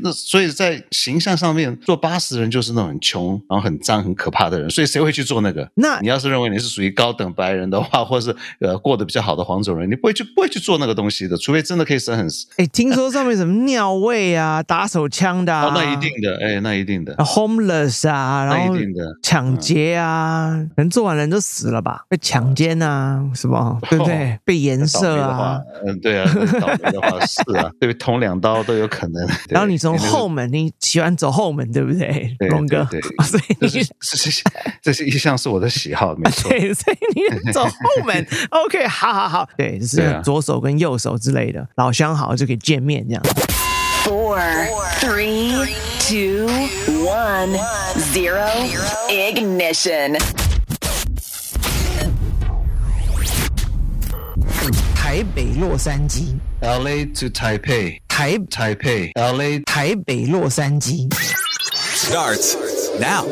那所以在形象上面，坐巴士的人就是那种很穷，然后很脏、很可怕的人，所以谁会去坐那个？那你要是认为你是属于高等白人的话，或是呃过得比较好的黄种人，你不会去不会去做那个东西的，除非真的可以省很死。哎，听说上面什么尿 味啊、打手枪的、啊哦，那一定的，哎，那一定的，啊，homeless 啊，那然后一定嗯的。抢劫啊，人做完人就死了吧？被强奸啊，什么对不对？被颜哦倒霉色的啊话，，嗯，对啊，倒霉的话 是啊，对，捅两刀都有可能。对然后你从那个后门，你喜欢走后门，对不对，对龙哥对对？ 啊所以这你是这是这是一项是我的喜好，没 错。对，所以你走后 门，OK，好好好，对，只对是啊左手跟右手之类的，老相好就可以见面这样。 Four, three, two, one, zero. Ignition. 台北洛杉矶， L A to Taipei, 台 Taipei, L A。台北洛杉矶， Starts now.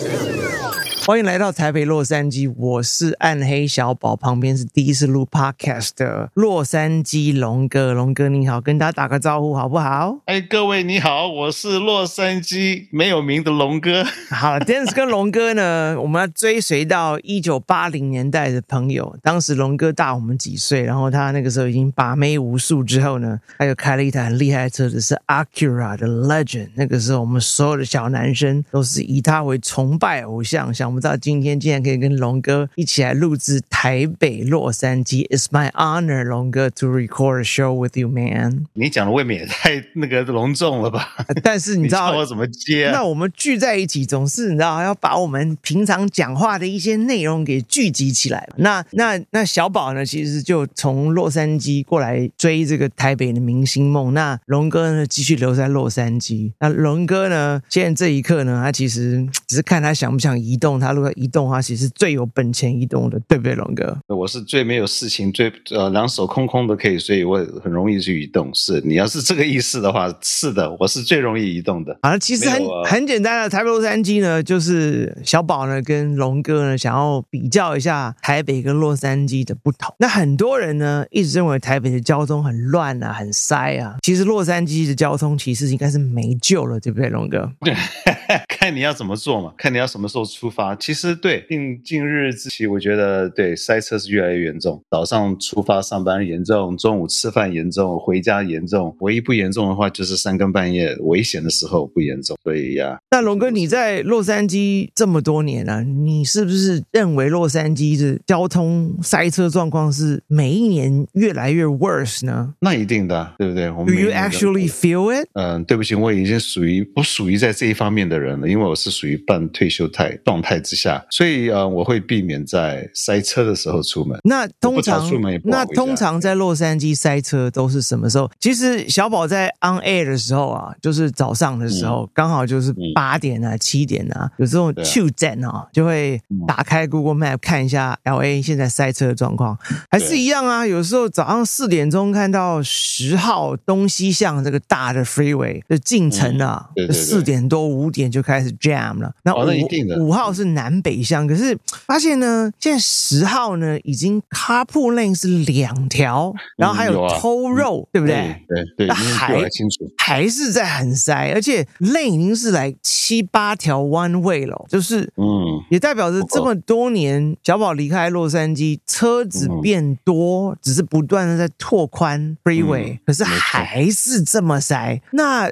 欢迎来到台北洛杉矶，我是暗黑小宝，旁边是第一次录 Podcast 的洛杉矶龙哥，龙哥你好，跟大家打个招呼好不好？哎，各位你好，我是洛杉矶没有名的龙哥。好了，Dennis 跟龙哥呢，我们要追随到一九八零年代的朋友。当时龙哥大我们几岁，然后他那个时候已经把妹无数之后呢，他又开了一台很厉害的车子，是 Acura 的 Legend。那个时候我们所有的小男生都是以他为崇拜偶像，想不到今天竟然可以跟龙哥一起来录制台北洛杉矶。It's my honor，龙哥 to record a show with you, man。你讲的未免也太那个隆重了吧？但是呃你你知道叫我怎么接啊？那我们聚在一起，总是你知道要把我们平常讲话的一些内容给聚集起来。那那那小宝呢，其实就从洛杉矶过来追这个台北的明星梦。那龙哥呢，继续留在洛杉矶。那龙哥呢，现在这一刻呢，他其实只是看他想不想移动。他如果移动的话，其实最有本钱移动的，对不对，龙哥？我是最没有事情，最呃两手空空的，可以，所以我很容易去移动。是你要是这个意思的话，是的，我是最容易移动的。好了，其实很、没有啊很简单的，台北洛杉矶呢，就是小宝呢跟龙哥呢想要比较一下台北跟洛杉矶的不同。那很多人呢一直认为台北的交通很乱啊，很塞啊，其实洛杉矶的交通其实应该是没救了，对不对，龙哥？ 看你要怎么做嘛，看你要什么时候出发。其实对近近日之期，我觉得对塞车是越来越严重。早上出发上班严重，中午吃饭严重，回家严重。唯一不严重的话，就是三更半夜危险的时候不严重。所以呀、那龙哥，你在洛杉矶这么多年了、你是不是认为洛杉矶的交通塞车状况是每一年越来越 worse 呢那一定的，对不对？我们？Do 没有 you 人 actually feel it？嗯，对不起，我已经属于不属于在这一方面的人了，因为我是属于半退休态状态之下，所以呃，我会避免在塞车的时候出门。那通我不常常出门也不往那回家通常在洛杉矶塞车都是什么时候？其实小宝在 on air 的时候啊，就是早上的时候，刚好就是八点啊、七点啊，有这种嗯对啊嗯去站啊，就会打开 Google Map 看一下 L A 现在塞车的状况，还是一样啊。有时候早上四点钟看到十号东西向这个大的 freeway 就进城啊嗯对，对对四点多五点就开始 jam 了。那哦那一定的五号是南北向，可是发现呢，现在十号呢已经 carpool lane 是两条，然后还嗯有有啊 toll road，、对不对？对对，那因为对我还还清楚。还是在很塞，而且 lane 已经是来七八条 one way 了，就是嗯，也代表着这么多年，小宝离开洛杉矶，车子变多，只是不断的在拓宽 freeway，、嗯可是还是这么塞。那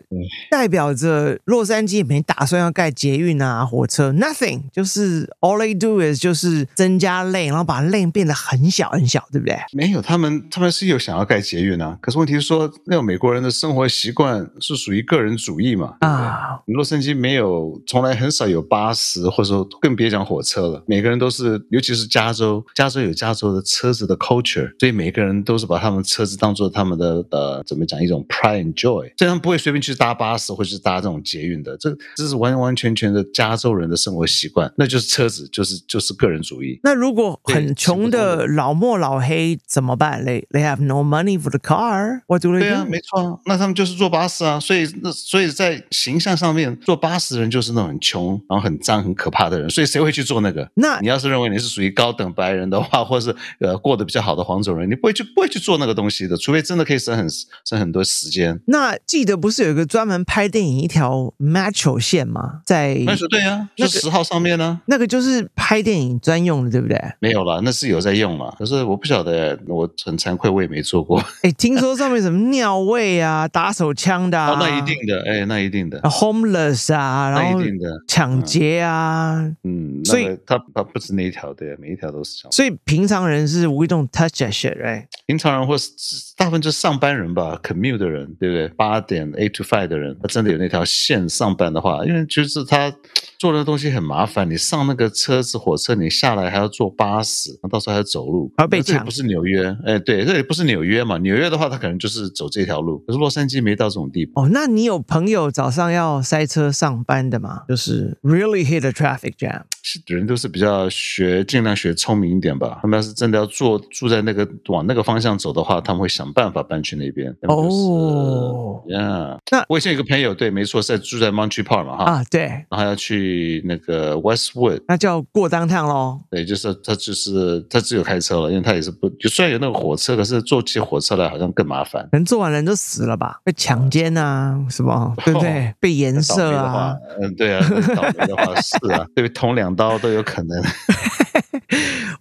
代表着洛杉矶也没打算要盖捷运啊、火车，nothing，就是 all they do is 就是增加 lane，然后把 lane 变得很小很小，对不对？没有，他们他们是有想要盖捷运啊，可是问题是说，那美国人的生活习惯是属于个人主义嘛，啊，洛杉矶没有，从来很少有巴士，或者说更别讲火车了。每个人都是，尤其是加州，加州有加州的车子的 culture，所以每个人都是把他们车子当做他们的呃，怎么讲一种 pride and joy。虽然不会随便去搭巴士或去搭这种捷运的，这这是完完全全的加州人的生活习惯，那就是车子就是就是个人主义。那如果很对穷行不的老莫老黑怎么办？They they have no money for the car. What do they 对啊， do? 没错啊，那他们就是坐巴士啊，所以那所以在形象上面，坐巴士的人就是那种很穷，然后很脏、很可怕的人，所以谁会去坐那个？那你要是认为你是属于高等白人的话，或是呃过得比较好的黄种人，你不会去不会去做那个东西的，除非真的可以省很省很多时间。那记得不是有一个专门拍电影一条 Metro 线吗？在那是对啊，嗯那就个十号上面呢、那个就是拍电影专用的，对不对？没有啦，那是有在用啦，可是我不晓得，我很惭愧，我也没做过。哎，听说上面什么尿味啊、打手枪的、啊哦，那一定的，哎，那一定的，啊，homeless 啊，那然后一定的，抢劫啊，嗯，所所以以他他不止那一条，对，每一条都是这样。所以平常人是 we don't touch that shit，right？平常人或是大部分就是上班人吧，commute 的人，对不对？八点 eight to five 的人，他真的有那条线上班的话，因为就是他做的东西很麻烦，你上那个车子、火车，你下来还要坐巴士，到时候还要走路，还要被那这也抢不是纽约，哎，对，这里不是纽约嘛？纽约的话，他可能就是走这条路，可是洛杉矶没到这种地步。哦，那你有朋友早上要塞车上班的吗？就是 really hit a traffic jam。人都是比较学，尽量学聪明一点吧。他们要是真的要做住在那个往那个方向走的话，他们会想办法搬去那边。哦呀，那我以前有个朋友，对，没错，是在住在 Monterey Park 嘛，哈，啊，对，然后要去那个 Westwood，那就要过当趟喽。对，就是他就是他只有开车了，因为他也是不，就虽然有那个火车，可是坐起火车来好像更麻烦。人做完人都死了吧？被强奸啊，什么，对不对？被颜哦倒霉色的啊话，，嗯，对啊，倒霉的话是啊， 对，捅两刀都有可 能。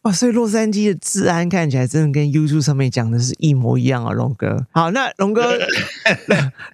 哇！所以洛杉矶的治安看起来真的跟 YouTube 上面讲的是一模一样啊，龙哥。好，那 龙哥，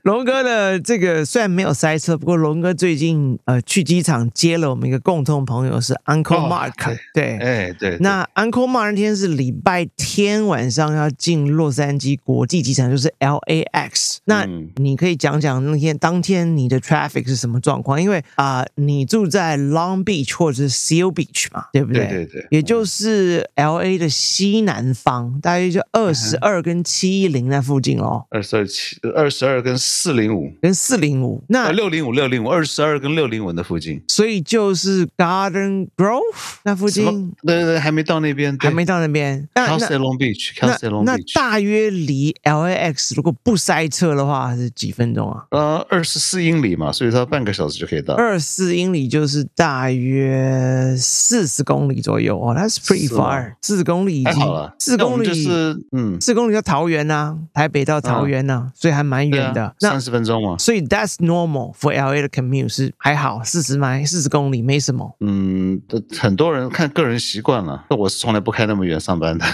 龙哥呢？这个虽然没有塞车，不过龙哥最近呃去机场接了我们一个共同朋友是 Uncle 哦 Mark，、对。哎，对，对那 Uncle Mark 那天是礼拜天晚上要进洛杉矶国际机场，就是 LAX。那嗯你可以讲讲那天当天你的 traffic 是什么状况？因为啊、你住在 Long Beach 或者是 Seal Beach 嘛，对不对？对对对嗯也就是 L A 的西南方，大约就二十二跟七一零那附近咯，二十二七、二十二跟四零五。跟四零五。那呃，六零五六零五二十二跟六零五的附近，所以就是 Garden Grove 那附什么近？对对对，还没到那边，对还没到那边。那 Cal 那 State Long Beach Cal 那 State Long 那 Beach，大约离 LAX 如果不塞车的话是几分钟啊？呃，二十四英里嘛，所以它半个小时就可以到。二四英里就是大约四十公里左右哦，That's pretty 是吗 far，四十公里已还经好啦，四那我公们里就是嗯，四公里到桃园呐、台北到桃园呐、所以还蛮对远的。啊，那三十分钟嘛，所以 That's normal for LA 的 commute 是还好，四十迈四十公里没什么。嗯，呃很多人看个人习惯了。那我是从来不开那么远上 班的，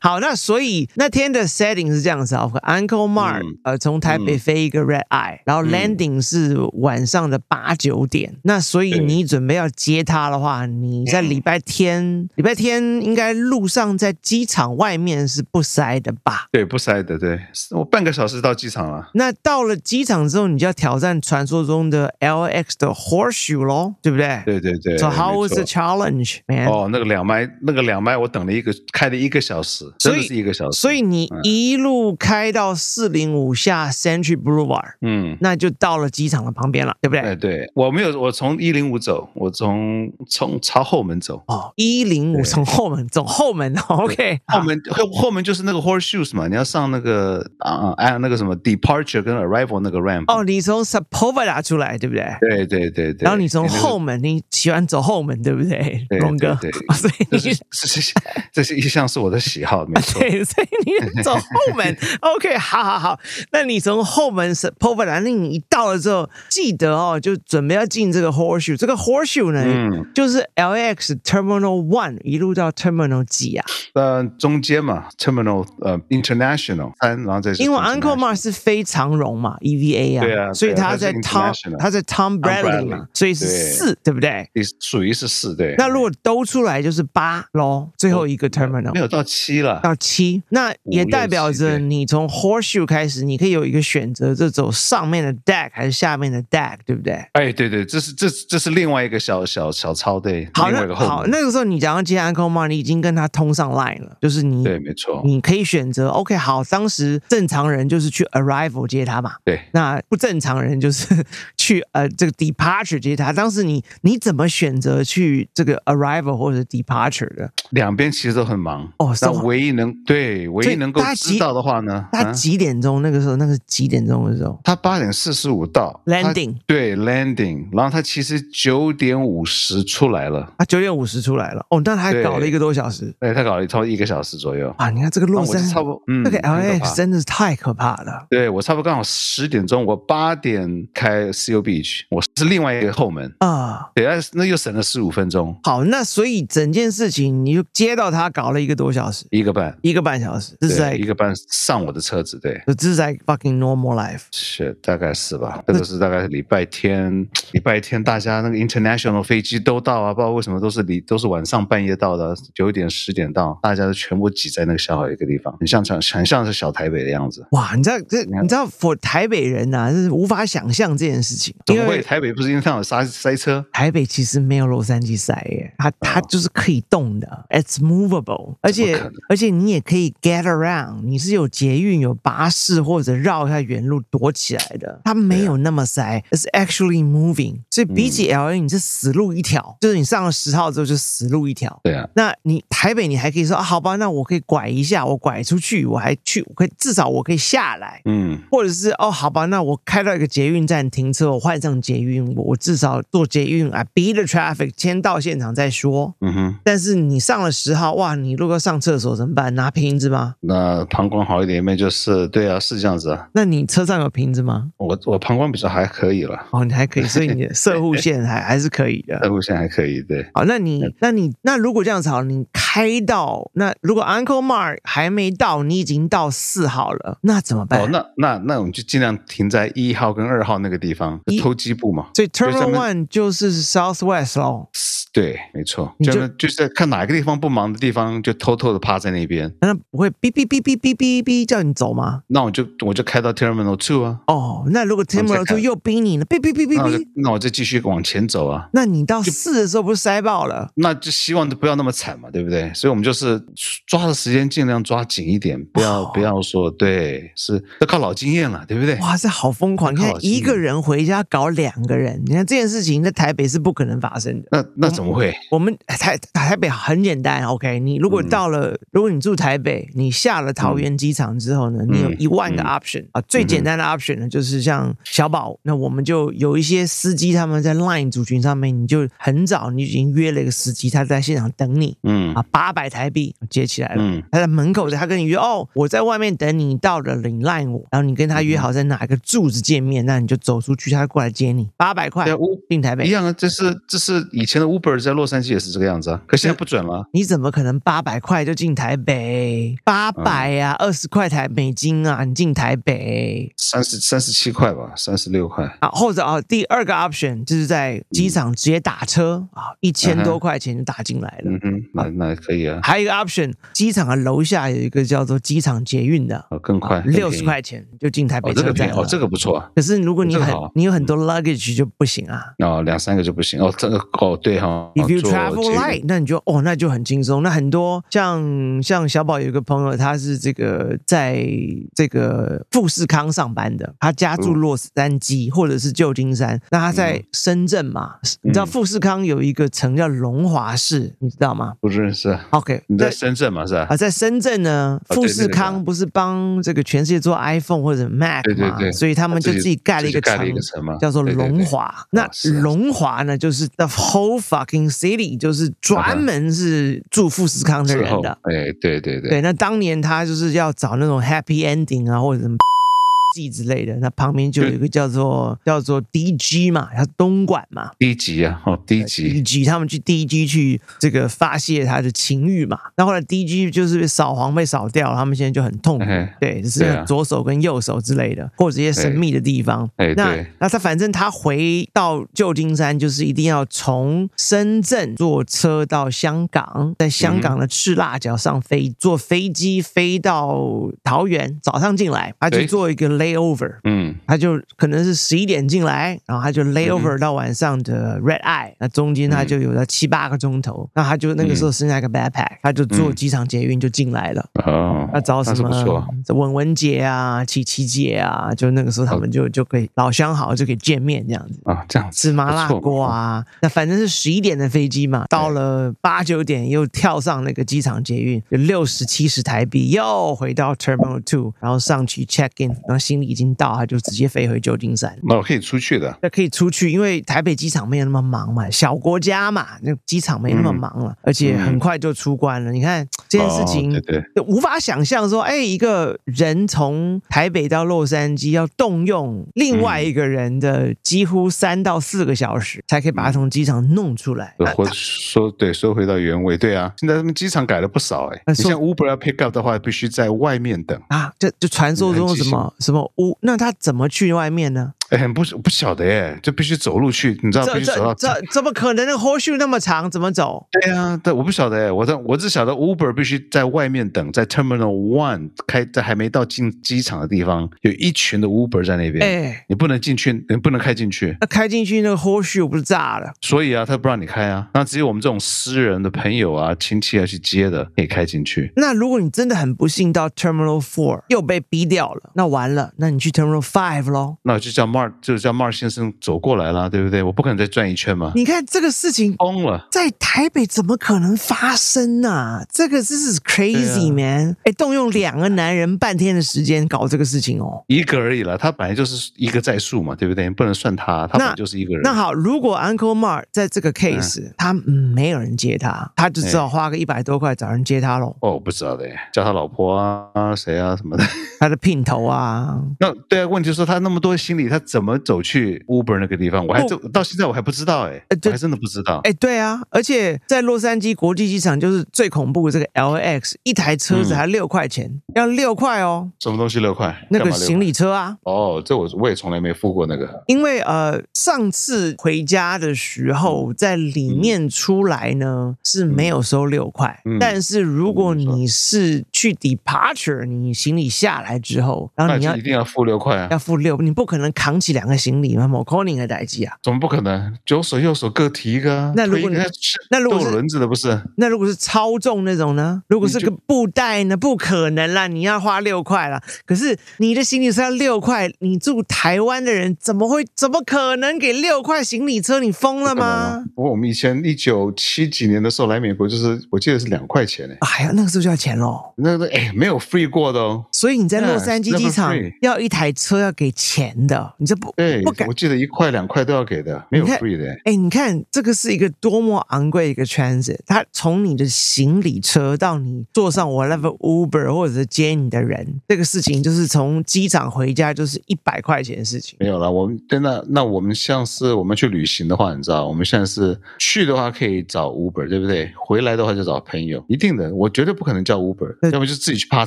好，那所以那天的 setting 是这样子啊，Uncle Mark、嗯呃从台北飞一个 Red Eye，、然后 landing 是晚上的八九点。那所以对你准备要接他的话，你在礼拜天，礼拜天应该路上在机场外面是不塞的吧？对，不塞的，对，我半个小时到机场了。那到了机场之后，你就要挑战传说中的 LX 的 horseshoe 咯，对不对？对对对 So how 没 was 错 the challenge, man? 哦，那个两麦，那个两麦，我等了一个，开了一个小时，真的是一个小时。所以你嗯一路开到四零五下 Century Boulevard，嗯，那就到了机场的旁边了，对不对？哎，对我没有，我从一零五走，我从从朝后门走，哦，一零五从后门走后门 ，OK，后门后后门就是那个 horseshoes 嘛，你要上那个啊啊啊那个什么 departure 跟 arrival 那个 ramp。好哦，，你从 Sapovada 出来，对不对？对对对对。哎然后你从那个后门，你喜欢走后门，对不对，对龙哥对对？哦 所以这你是这是这是一项是我的喜好，没 错。对，所以你就走后 门，OK，好好好。那你从后门 Sapovada，那你一到了之后，记得哦，就准备要进这个 horseshoe，这个 horseshoe 呢，嗯就是 LAX Terminal One 一路到 Terminal 几啊？呃，中间嘛，terminal 呃 international 三，然后再是因为 Uncle Mark international 是非常荣嘛，EVA 啊，对啊所以对啊他他是在 Tom international 他在 Tom Bradley 嘛 Bradley，，所以是对四，对不对？第属于是四对。哦那如果兜出来就是八喽，最后一个没 terminal。有到七了，到七，那也代表五六着七对你从 horseshoe 开始，你可以有一个选择，就走上面的 deck 还是下面的 deck，对不对？哎，对对，这是这是这是另外一个小小小超对，好，另外一那个后好，门那个时候你讲要接 Uncle Michael Mar，你已经跟他通上 Line 了，就是你对，没错，你可以选择 OK 好，当时正常人就是去 Arrival 接他嘛，对。那不正常人就是 去呃这个 departure 接他。当时你你怎么选择去这个 arrival 或者 departure 的？两边其实都很忙哦那都很唯一能对唯所一以能够大家知几道的话呢，他啊几点钟？那个时候那个几点钟的时候他八点四十五到他 Landing 对 landing，然后他其实九点五十出来了，他啊九点五十出来了哦，那他还对搞了一个多小时对哎他搞了差不多一个小时左右。啊！你看这个啊洛我就杉差不多嗯这个很可怕 LAX 真的是太可怕了。对我差不多刚好十点钟，我八点开 CU Beach，我是另外一个后门，啊，对，哎那那又省了十五分钟，好，那所以整件事情你就接到他搞了一个多小时，一个半，一个半小时，这是对，在一个半上我的车子，对，这是在 fucking normal life。是大概是吧？这个是大概礼拜天，礼拜天大家那个 international 飞机都到啊，不知道为什么都是离都是晚上半夜到的，九点十点到，大家都全部挤在那个小小一个地方，很像很很像是小台北的样子。哇，你知道这你知道，for 台北人呐、啊，是无法想象这件事情，怎因么会为台北不是因为它有塞塞车？台北其实没有洛杉矶塞耶，哦它它就是可以动的，it's movable，而且可能而且你也可以 get around，你是有捷运、有巴士或者绕一下原路躲起来的，它没啊有那么塞，it's actually moving，所以比起嗯 LA，你是死路一条，就是你上了十号之后就死路一条。对啊，那你台北，你还可以说、啊、好吧，那我可以拐一下，我拐出去，我还去，我可以至少我可以下来，嗯，或者是哦，好吧，那我开到一个捷运站停车，我换上捷运，我我至少坐捷运啊，beat the traffic，先到现场再说。嗯哼，但是你上了十号，哇，你如果上厕所怎么办？拿瓶子吗？那膀胱好一点没？就是对啊，是这样子啊。那你车上有瓶子吗？我我膀胱比较还可以了，哦，你还 可以，所以你的射护线还还是可以在 的。路线还可以，对。好，那嗯你那你那如果这样子好，你开到那如果 Uncle Mark 还没到，你已经到四号了，那怎么办？哦，那那那我们就尽量停在一号跟二号那个地方，一偷鸡步嘛。所以就 Terminal 咱们 One 就是 Southwest 咯。对，没错，你就就就是看哪个地方不忙的地方，就偷偷的趴在那边。那不会哔哔哔哔哔哔哔叫你走吗？那我就我就开到 Terminal Two 啊，哦，那如果 t i 们再 m o r 就看又逼你了，哔哔哔哔那我就哔，那我就继续往前走啊。那你到四的时候不是塞爆了？那就希望不要那么惨嘛，对不对？所以我们就是抓的时间尽量抓紧一点，不要哇不要说对，是要靠老经验了，对不对？哇，这好疯狂！你看靠近一个人回家搞两个人，你看这件事情在台北是不可能发生的。那那怎么会？我们呃台台北很简单，OK，你如果嗯到了，如果你住台北，你下了桃园机场之后呢，你嗯有一万个 option、啊，最简单的 option 呢，就是像小宝，那我们就有一些司机他们在 Line 族群上面，你就很早你就已经约了一个司机，他在现场等你，嗯啊，八百台币接起来了。嗯他在门口，他跟你约哦，我在外面等你，你到了领 line 我，然后你跟他约嗯好在哪一个柱子见面，那你就走出去，他过来接你，八百块对啊我进台一北，样啊，这是这是以前的 Uber 在洛杉矶也是这个样子啊，可现在不准了啊。你怎么可能八百块就进台北？八百呀，嗯二十块台美金啊，你进台北三十三十七块吧，三十六块。啊，或者啊，第二个 option 就是在机场直接打车啊，一千嗯多哼块钱就打进来了。嗯哼，那那可以啊，还有一个 option，机场的楼下有一个叫做机场捷运的，啊哦更快，更便宜六十块钱就进台北哦，这车个站便宜了。哦，这个不错啊。可是如果你这个很好啊你有很多 luggage 就不行啊。哦，两三个就不行哦，这个哦对哈、哦。 If you 坐 travel 捷运 light，那你就哦，那就很轻松。那很多像像小宝有一个朋友，他是这个在这个富士康上班的，他家住洛杉矶或者是旧金山，那他嗯在深圳嘛，你知道富士康有一个城叫龙华市，你知道吗不认识啊， ？OK，你在深圳嘛是吧？啊，在深圳呢，啊对富士那个康不是帮这个全世界做 iPhone 或者 Mac 对对嘛，对所以他们就自己自己盖了一个自己盖城了一个城嘛，叫做对对对龙华。那哦是啊龙华呢，就是 the whole fucking city，就是专门是住富士康的之人后的。哎对对对对，那当年他就是要找那种 happy ending 啊，或者什么 记之类的。那旁边就有一个叫做叫做 DG 嘛，他东莞嘛低级啊哦低级， ，DG 他们去 DG 去这个发泄他的情欲嘛。那后来 DG 就是被扫黄被扫掉了，他们现在就很痛苦哎。对，只对是啊左手跟右手之类的，或者一些神秘的地方。哎那对那他反正他回到旧金山，就是一定要从深圳坐车到香港，在香港的赤辣角上飞，坐飞机飞到桃园，早上进来，他就对坐一个 layover，嗯，他就可能是十一点进来，然后他就 layover 到晚上的 red eye，、那中间嗯他就有了七八个钟头，那他就那个时候剩下一个 backpack，他就坐机场捷运就进来了。哦，要找嗯什那是不么错，文文姐啊、琪琪姐啊，就那个时候他们就就可以老相好，就可以见面这样子，啊，这样吃子麻辣不错锅啊。那反正是十一点的飞机嘛，到了八九点又跳上那个机场捷运，就六十七十台币又回到 Terminal Two，然后上去 check in，然后行李已经到，他就直接飞回旧金山。那我可以出去的，那可以出去，因为台北机场没有那么忙嘛，小国家嘛，那机场没那么忙了，而且很快就出关了。你看这件事情，嗯哦对对无法想象说，哎，一个人从台北到洛杉矶要动用另外一个人的几乎三到四个小时，才可以把他从机场弄出来。啊那或说对，收回到原位，对啊，现在他们机场改了不少哎，那你说像 Uber 要 pick up 的话，必须在外面等，啊，这就传说中什么什么屋，那他怎么去外面呢？哎，很不不晓得哎，就必须走路去，你知道这必须走这到啊这怎么可能？那个 horseshoe 那么长，怎么走？对啊，但我不晓得哎，我在我只晓得 Uber 必须在外面等，在 Terminal One 开，在还没到进机场的地方，有一群的 Uber 在那边，哎你不能进去，你不能开进去，那开进去那个 horseshoe 不是炸了？所以啊，他不让你开啊，那只有我们这种私人的朋友啊、亲戚啊去接的，可以开进去。那如果你真的很不幸到 Terminal Four 又被逼掉了，那完了，那你去 Terminal Five 喽。那我就叫 Mark，就叫 Mark 先生走过来啦，对不对？我不可能再转一圈嘛，你看这个事情疯了。在台北怎么可能发生呢、这个真是 crazy 对啊 man！哎、动用两个男人半天的时间搞这个事情哦。一个而已了，他本来就是一个在数嘛，对不对？你不能算他，他那本来就是一个人。那好，如果 Uncle Mark 在这个 case，、他嗯没有人接他，他就只好花个一百多块找人接他喽。哦，我不知道的耶，叫他老婆啊、谁啊什么的。 他的姘头啊，那对啊，问题是说他那么多心理，他怎么走去 Uber 那个地方？我还不这到现在我还不知道哎、呃对我还真的不知道。哎，对啊，而且在洛杉矶国际机场，就是最恐怖的这个 LX，一台车子嗯还六块钱，要六块哦，什么东西六块？那干个嘛六块行李车啊。哦，这我我也从来没付过那个。因为呃，上次回家的时嗯候，在里面出来呢是没有收六块，嗯但是如果没错你是去 departure，你行李下来之后，然后那你就要一定要付六块啊！要付六，你不可能扛起两个行李嘛，某 c o n i n 的代机啊。怎么不可能？左手右手各提一个啊。那如推果一个你它是那如果都有是轮子的不是？那如果是超重那种呢？如果是个你布袋呢？不可能啦，你要花六块啦。可是你的行李车要六块，你住台湾的人怎么会？怎么可能给六块行李车？你疯了不可能啊吗？？不过我们以前一九七几年的时候来美国，就是我记得是两块钱呢。哎呀，那个时候就要钱喽。那个哎没有 free 过的哦。所以你在 Yeah, 洛杉矶 it's never 机场 free. 要一台车要给钱的，你这不对不，敢哎我。记得一块两块都要给的，没有你看 free 的。哎，你看这个是一个多么昂贵的一个 transit，它从你的行李车到你坐上 whatever Uber 或者是接你的人，这个事情就是从机场回家就是一百块钱的事情。没有了，我们对那那我们像是我们去旅行的话，你知道，我们现在是去的话可以找 Uber，对不对？回来的话就找朋友，一定的，我绝对不可能叫 Uber，对要么就自己去趴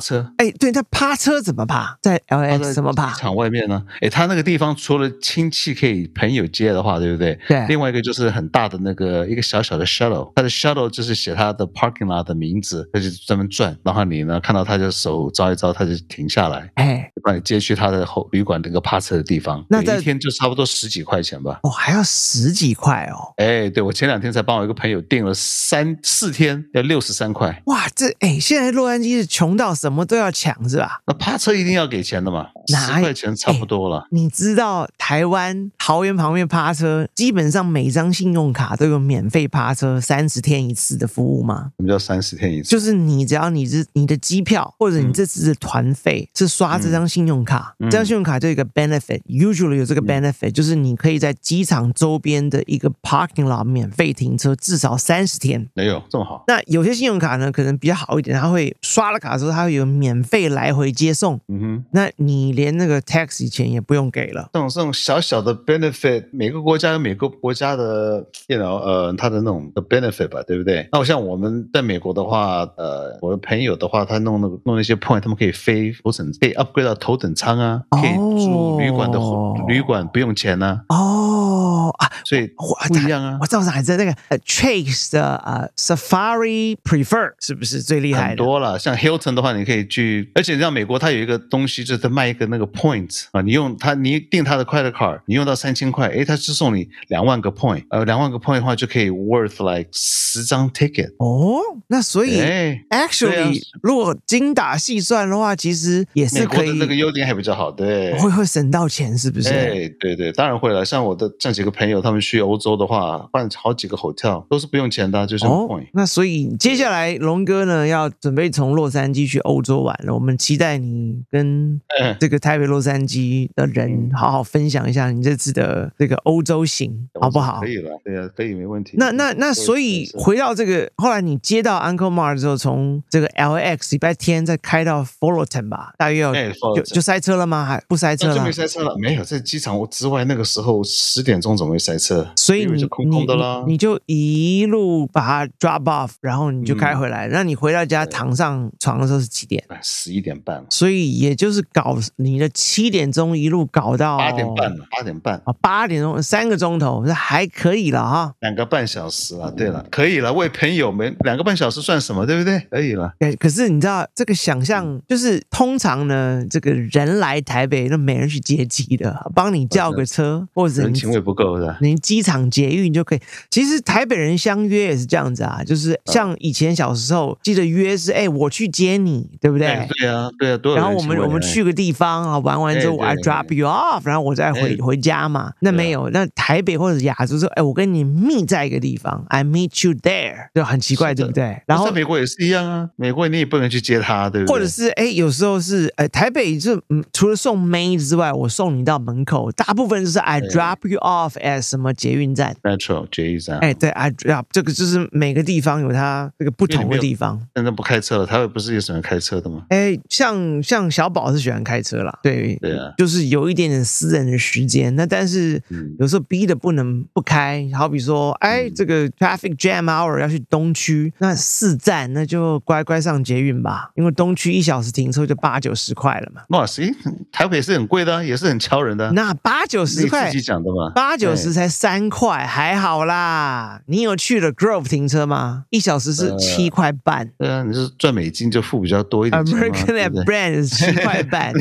车。哎，对，他趴车怎么趴？在趴在 LX 哎怎么机趴？场外面呢？哎，他那个地方除了亲戚可以朋友接的话，对不对？对另外一个就是很大的那个一个小小的 shuttle，他的 shuttle 就是写他的 parking lot 的名字，他就专门转，然后你呢看到他就手招一招，他就停下来，哎，把你接去他的后旅馆那个趴车的地方。那每在一天就差不多十几块钱吧。哦，还要十几块哦。哎，对，我前两天才帮我一个朋友订了三四天，要六十三块。哇，这哎，现在洛杉矶是穷到什么都要抢是吧？那趴车一定要给钱的嘛，哪哎十块钱差不多了。你知道台湾桃园旁边趴车，基本上每张信用卡都有免费趴车三十天一次的服务吗？什么叫三十天一次？就是你只要你是你的机票或者你这次的团费是刷这张信用卡，这张信用卡就有一个 benefit，usually 有这个 benefit，、就是你可以在机场周边的一个 parking lot 免费停车至少三十天。没有这么好。那有些信用卡呢，可能比较好一点，它会刷了卡之后，它会有免费来回接送。嗯哼，那你连那个 taxi 钱也不用给了。这种这种小小的 benefit，每个国家有每个国家的，you know，呃，它的那种的 benefit 吧，对不对？那我像我们在美国的话，呃，我的朋友的话，他弄那个弄那些 point，他们可以飞头等，可以 upgrade 到头等舱啊，可以住旅馆的、哦旅馆不用钱呢、哦啊，所以我不一样啊我。到时还在那个呃 Chase 的呃 Safari Prefer 是不是最厉害很的？多了，像 Hilton 的话，你可以去，而且你知道美国它有一个东西，就是它卖一个那个 point 啊，你用它，你订它的 credit card，你用到三千块，诶，它是送你两万个 point，呃，两万个 point 的话就可以 worth like 十张 ticket，哦，那所以哎 actually、对啊如果精打细算的话，其实也美是国可的以那个优点还比较好，对。会会省到钱，是不是？哎，对对，当然会了。像我的像几个朋友，他们去欧洲的话，换好几个 hotel 都是不用钱的，啊就是用 point。哦那所以接下来龙哥呢要准备从洛杉矶去欧洲玩了，我们期待你跟嗯这个台北、洛杉矶的人好好分享一下你这次的这个欧洲行，好不好可？以了，对呀、可以，没问题。那那那，所以是回到这个，后来你接到 Uncle Mar 之后，从这个 LX 礼拜天再开到 Fullerton 吧，大约有哎呃就 Fullerton 就塞车了吗？还不塞车那就了没？塞车了，没有在机场之外，那个时候十点钟怎么会塞车？所以因为你就空空的啦你。你你就一路把它 drop off，然后你就开嗯回来。那你回到家躺上床的时候是几点？哎十一点半，所以也就是搞你的七点钟一路搞到八点半了，八点半，啊，八点钟三个钟头，那还可以了哈，两个半小时了。对了，可以了，为朋友们两个半小时算什么，对不对？可以了。可可是你知道这个想象，嗯就是通常呢，这个人来台北，那没人去接机的，帮你叫个车，或者哦人你情味不够的，你机场捷运就可以。其实台北人相约也是这样子啊，嗯就是像以前小时候记得约是，哎、我去接你，对不对？哎对啊，对啊，多有然后人我情们味我们哎去个地方啊，玩完之后哎我对 I 对 drop you off，然后我再回哎回家嘛。那没有，那台北或者亚洲说，哎，我跟你 meet 在一个地方，I meet you there，就很奇怪，是的对不对？然后在美国也是一样啊，美国你也不能去接他，对不对？或者是哎，有时候是哎，台北是嗯，除了送妹之外，我送你到门口，大部分就是 I drop you off at 什么捷运站。 Metro 捷运站，哎，对，I drop 这个就是每个地方有它这个不因为你同没的有地方。现在不开车了，台湾不是也喜欢开车的吗？哎，像像小宝是喜欢开车啦，对，对啊就是有一点点私人的时间。那但是嗯有时候逼的不能不开，好比说，哎，这个 traffic jam hour 要去东区，那四站那就乖乖上捷运吧，因为东区一小时停车就八九十块了嘛。哇塞，台北是很贵的啊，也是很敲人的啊， 那八九是十你块自，己讲的嘛，八九十哎才三块，还好啦。你有去了 Grove 停车吗？一小时是呃七块 半。对啊，你是赚美金就付比较多一点钱嘛 American 啊对 at 不对 Brand 是七块半，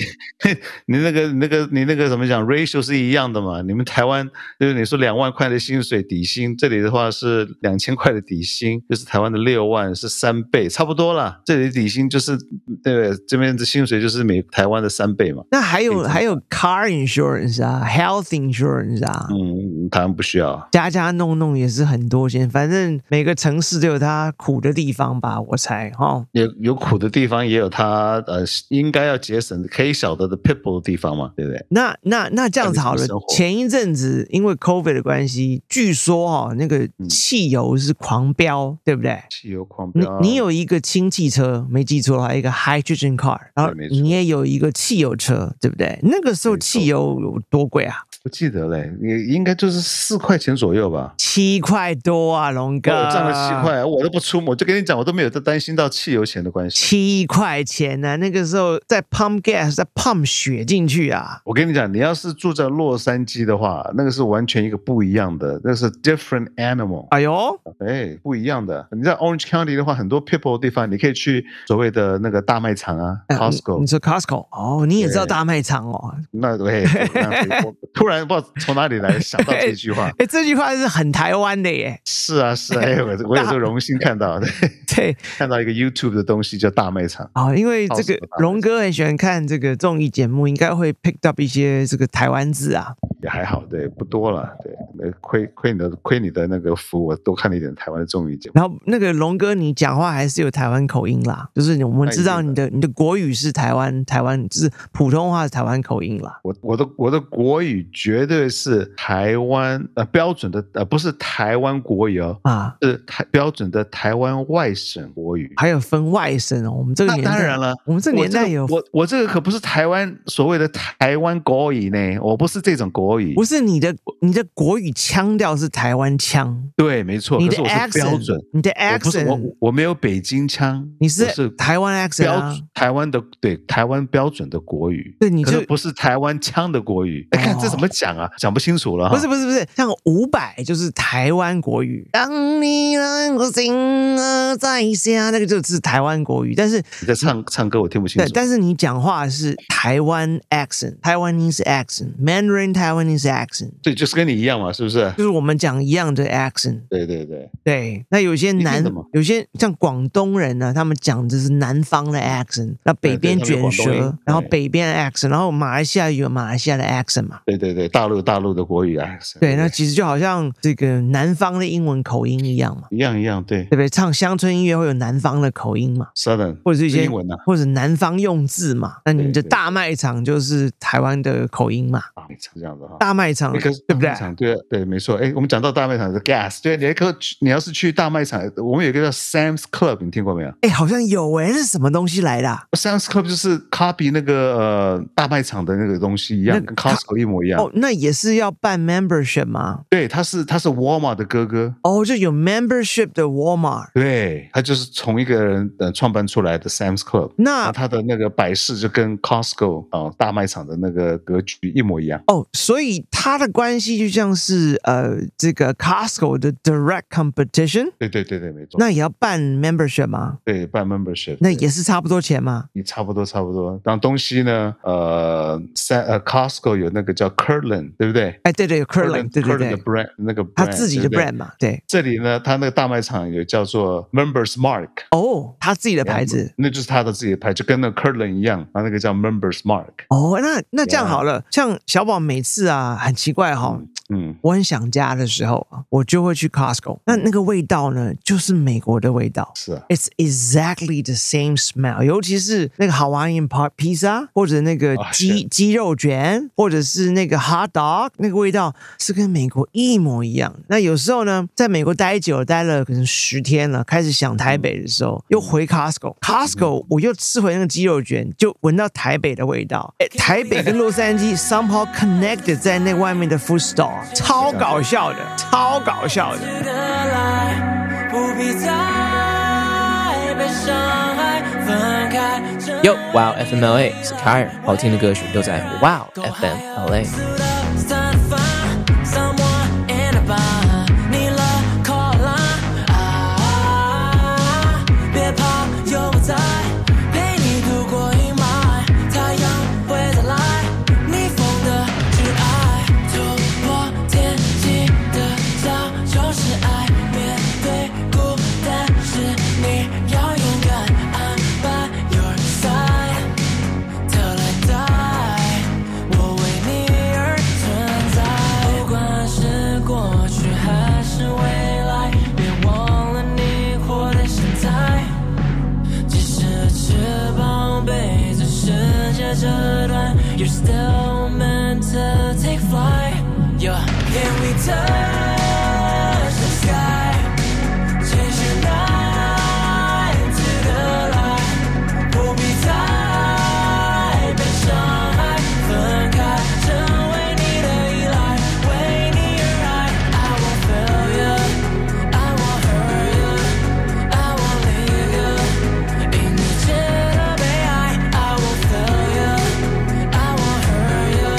你那个、你那个、你那个怎么讲？ratio 是一样的嘛？你们台湾就是你说两万块的薪水底薪，这里的话是两千块的底薪，就是台湾的六万，是三倍，差不多啦。这里的底薪就是对不对？这边的薪水就是美台湾的三倍嘛。那还有可以这么还有 car insurance 啊，health insurance 啊，嗯，台湾不需要。加加弄弄也是很多钱。反正每个城市都有它苦的地方吧，我猜哈。哦有有苦的地方，也有它呃应该要节省可以晓得的 people 的地方嘛，对不对？那那那这样子好了看你怎么生，活前一阵子因为 COVID 的关系，据说哦，那个嗯汽油是狂飙，对不对？汽油狂你飙，你有一个氢气车，没记错的话，一个 hydrogen car，然后对没错你也有一个汽油车，对不对？那个时候没错汽油有多贵啊？不记得嘞？你应该就是四块钱左右吧？七块多啊，龙哥，我哦赚了七，块，我都不出门，我就跟你讲，我都没有在担心到汽油钱的关系。七块钱呢、那个时候在 pump gas，在 pump 血进去啊，我跟你讲，你要是住在洛杉矶的话，那个是完全一个不一样的，那是 different animal，哎呦，哎，不一样的。你在 Orange County 的话，很多 people 的地方，你可以去所谓的那个大卖场啊哎你，Costco 你。说 Costco 哦，你也知道对大卖场哦。。那对，那我突然不知道从哪里来想到这句话哎，这句话是很台湾的耶。 是啊，是啊，哎，我我有这个荣幸看到，对，对，看到一个 YouTube 的东西叫大卖场。哦，因为这 Costco 个大卖场龙哥很喜欢看这个综艺节目，应该会 pick up 一些这个台湾字啊。也还好，对，不多了，对，那亏亏你的亏你的那个福，我多看了一点台湾的综艺节目。然后那个龙哥，你讲话还是有台湾口音啦，就是我们知道哎你的你的国语是台湾台湾，就是普通话是台湾口音啦。我我的我的国语绝对是台湾呃标准的呃不是台湾国语哦，啊，是台标准的台湾外省国语。还有分外省哦。我们这个那年代，当然了，我们这我年代有我我这个可不是台湾所谓的台湾国语呢，我不是这种国国语不。是你的你的国语腔调是台湾腔，对，没错。你可的是我是标 accent，准，你的我不是我 accent，我没有北京腔，你我是是台湾 accent 标啊准，台湾的对台湾标准的国语，对你可就是哦不是台湾腔的国语。哎，看 这怎么讲啊？讲不清楚了哈。不是不是不是，像伍佰就是台湾国语。当你让我心儿在下，那个就是台湾国语。但是你在唱唱歌，我听不清对，楚。但是你讲话是台湾 accent，台湾 is accent，Mandarin Taiwanese accent，对，就是跟你一样嘛，是不是？就是我们讲一样的 accent。对对对，对，那有些定南的嘛，有些像广东人呢、他们讲的是南方的 accent，那北对边他们有广东卷舌音，然后对北边 accent，然后马来西亚有马来西亚的 accent 嘛。对对对，大陆大陆的国语啊，是对，那其实就好像这个南方的英文口音一样嘛。一样一样，对对不对？唱乡村音乐会有南方的口音嘛， ，Southern 或者是一些英文呢？啊或者南方用字嘛。那你的对对大卖场就是台湾的口音嘛，大卖啊场这样子哈。大卖场哎可是对不对大卖？场对啊对，没错。哎，我们讲到大卖场是 gas，对，你还可你要是去大卖场，我们有一个叫 Sam's Club，你听过没有哎，好像有哎，那是什么东西来的啊？ ？Sam's Club 就是 copy 那个呃大卖场的那个东西一样，那跟 Costco 一模一样哦。，那也是要办 membership 吗？对，他是他是 Walmart 的哥哥，哦，就有 membership 的 Walmart。对他就是从一个人呃创办出来的 Sam's Club。那那它的那个摆饰就跟 Costco 啊、呃大卖场的那个格局一模一样。哦，所以它的关系就像是呃，这个 Costco 的 direct competition，对对对对，没错。那也要办 membership 吗？对办 membership，那也是差不多钱吗？也差不多差不多。然后东西呢，呃，三呃 Costco 有那个叫 Kirtland，对不对哎，对对，有 c u r l i n ？Kirtland 对对 Kirtland 的对， brand 那个 brand, 他自己的对不对 brand 嘛，对。这里呢，它那个大卖场有叫做 Members Mark 哦，他自己的牌子。那就是它的自己的牌，就跟那个 Kirtland 一样，它那个叫 Members Mark。哦，那那这样 Yeah 好了像小宝每次啊，很奇怪哈、嗯，我很想家的时候啊，我就会去 Costco。那那个味道呢，就是美国的味道。是啊， It's exactly the same smell，尤其是那个 Hawaiian pa- pizza，或者那个啊鸡、是鸡肉卷，或者是那个 hot dog，那个味道是跟美国一模一样的。那有时候呢，在美国待久了，待了可能十天了，开始想台北的时候，又嗯回 Costco，Costco 我又吃回那个鸡肉卷，就闻到台北的味道。哎，台北跟洛杉矶 somehow connected 在那外面的 food store，超搞笑的，超搞笑的。的来，不必再被伤害分开。 Yo, Wow FMLA 是 Kyer，好听的歌曲都在 Wow FMLA。别怕，有我在，陪你度过阴霾。太阳会再来，逆风的挚爱，突破天际的脚就是爱。面对孤单时，你要勇敢。I'm by your side。特来带，我为你而存在。不管是过去还是未来，别忘了你活的现在。即使翅膀被这世界折断，You're still meant to take flight. Yeah, can we touch the sky? Change your night to the light，不必再被伤害，分开，成为你的依赖，为你而爱。I won't fail you, I won't hurt you, I won't leave you，因你值得被爱。I won't fail you, I won't hurt you,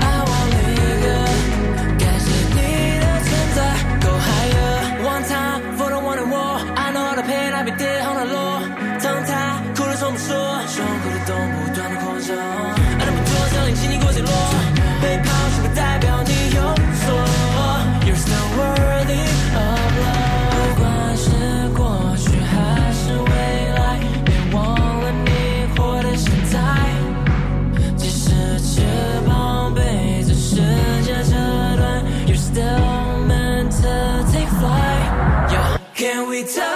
I won't leave you，感谢你的存在。Go higher, one time for the one and more. I know all the pain I've been dead on the low. 当他哭了说不说，胸口的洞不断的扩张。爱那么多，将你经历过坠落，被抛弃不代表你有错。You're still worthy of love。不管是过去还是未来，别忘了你活的现在。即使翅膀被这世界折断，You're still meant to take flight. Yo, can we touch